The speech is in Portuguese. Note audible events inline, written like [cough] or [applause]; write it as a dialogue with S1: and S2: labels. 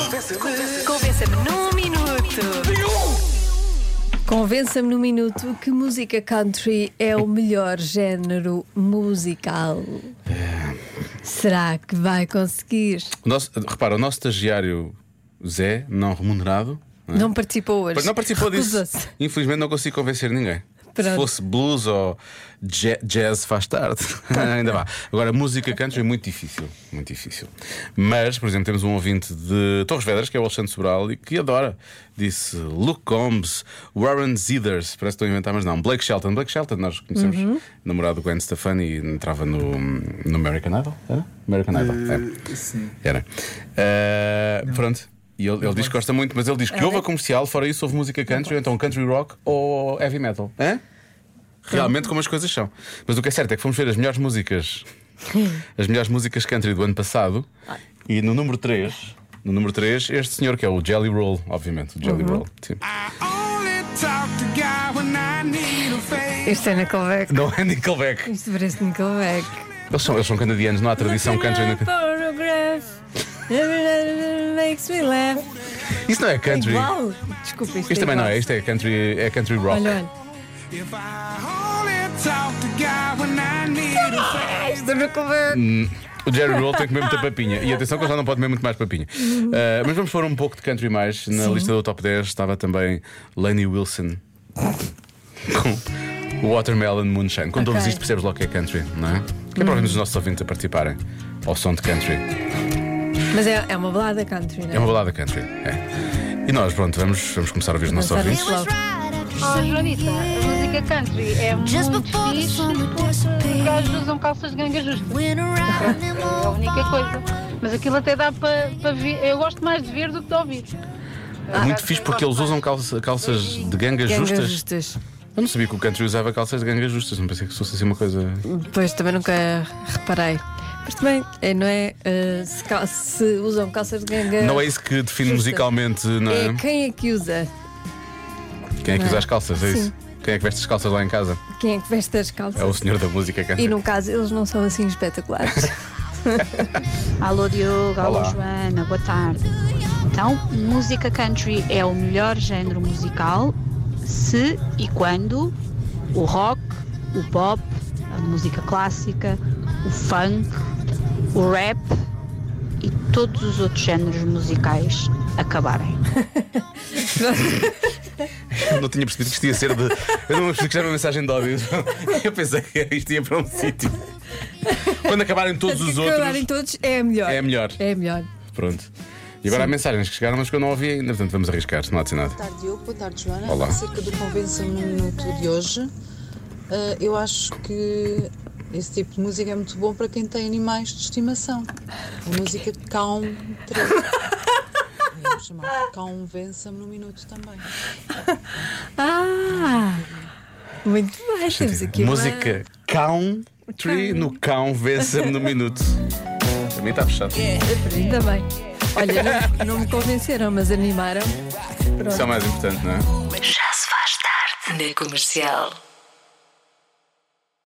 S1: Convença-me.
S2: Convença-me num minuto.
S3: Convença-me no minuto que música country é o melhor género musical.
S1: É.
S3: Será que vai conseguir?
S1: O nosso- repara, o nosso estagiário Zé, não remunerado,
S3: Não participou hoje.
S1: É. Pois não participou disso.
S3: Recusou-se.
S1: Infelizmente não consigo convencer ninguém.
S3: Pronto.
S1: Se fosse blues ou ja- jazz faz tarde, [laughs] ainda vá. Agora, música country é muito difícil, muito difícil. Mas, por exemplo, temos um ouvinte de Torres Vedras, que é o Alexandre Sobral, e que adora. Disse Luke Combs, Warren Zeders, parece que estou a inventar, mas não. Blake Shelton, Blake Shelton, nós conhecemos,
S3: Uhum.
S1: namorado do Gwen Stefani, e entrava no, no American Idol, era? American Idol, é. era.
S4: Sim.
S1: Era. Ah, pronto. E ele, ele diz que gosta muito, mas ele diz que ouve a comercial, fora isso, ouve música country, ou então country rock ou heavy metal.
S3: Hum.
S1: Hã? Realmente como as coisas são. Mas o que é certo é que fomos ver as
S3: [laughs]
S1: melhores músicas, as melhores músicas country do ano passado, e no número 3, no número 3, este senhor que é o Jelly Roll, obviamente, o Jelly
S3: Uhum.
S1: Roll. Sim.
S3: Este é Nickelback.
S1: Não é Nickelback.
S3: Isto parece Nickelback.
S1: Eles são, eles são canadianos, não há tradição country.
S3: Every
S1: na-
S3: photograph, every makes me laugh.
S1: Isso não é
S3: É
S1: country.
S3: igual. Desculpa, isto,
S1: Isto também
S3: igual.
S1: não é, isto é country, é country rock.
S3: Olha, olha. Isto é Nickelback.
S1: O Jerry Roll tem que comer muita papinha. E atenção que ele já não pode comer muito
S3: [laughs]
S1: mais papinha. Ah, mas vamos pôr um pouco de country mais. Na lista do top 10 estava também Lenny Wilson com Watermelon Moonshine. Quando
S3: Ok. Uhum.
S1: ouves isto, percebes logo que é country, não é? Que é para ouvirmos os nossos ouvintes a participarem ao som de country.
S3: Mas é, é uma balada country, não é?
S1: É uma balada country. É. E nós, pronto, vamos, vamos começar a ouvir os nossos
S3: Dançar
S1: ouvintes.
S3: isso logo.
S5: Oh, Joanita, a música country é muito fixe. Os gajos usam calças de ganga justa. É a única coisa. Mas aquilo até dá para ver. Eu gosto mais de ver do que de ouvir.
S1: É muito fixe porque eles usam calça- calças de ganga
S3: Gangas
S1: justas.
S3: justas.
S1: Eu não sabia que o country usava calças de ganga justas. Não pensei que fosse assim uma coisa.
S3: Pois, também nunca reparei. Mas também, é, não é? eh, se, cal- se usam calças de ganga.
S1: Não é isso que define
S3: Justa.
S1: musicalmente, não é?
S3: É quem é que usa?
S1: Quem é que
S3: Não é?
S1: usa as calças? É
S3: Sim.
S1: isso? Quem é que veste as calças lá em casa?
S3: Quem é que veste as calças?
S1: É o senhor da música que
S3: E no caso, eles não são assim
S1: [laughs]
S3: espetaculares.
S6: Alô Diogo, alô
S1: Olá.
S6: Joana, boa tarde. Então, música country é o melhor género musical se e quando o rock, o pop, a música clássica, o funk, o rap e todos os outros géneros musicais acabarem.
S1: Eu não tinha percebido que isto ia ser de. Eu não percebi que isto era uma mensagem de ódio. [laughs] Eu pensei que isto ia para um sítio. Quando acabarem todos os
S3: Se
S1: outros,
S3: acabarem todos, é a melhor.
S1: é melhor.
S3: É a melhor.
S1: Pronto. E agora há mensagens que chegaram, mas que eu não ouvi ainda. Portanto, vamos arriscar, se não há de ser nada.
S7: Boa tarde, Diogo. Boa tarde, Joana.
S1: Olá.
S7: Acerca do Convença-me no Minuto de hoje, eh, eu acho que esse tipo de música é muito bom para quem tem animais de estimação. A música country. Podemos chamar Convença-me no Minuto também.
S3: Ah! Muito bem, temos aqui uma-
S1: Música country no cão, vença-me
S3: [laughs]
S1: no minuto. Para mim está fechado.
S3: Ainda bem. Olha, não, não me convenceram, mas animaram.
S1: Isso é o mais importante, não é?
S2: Já se faz tarde na comercial.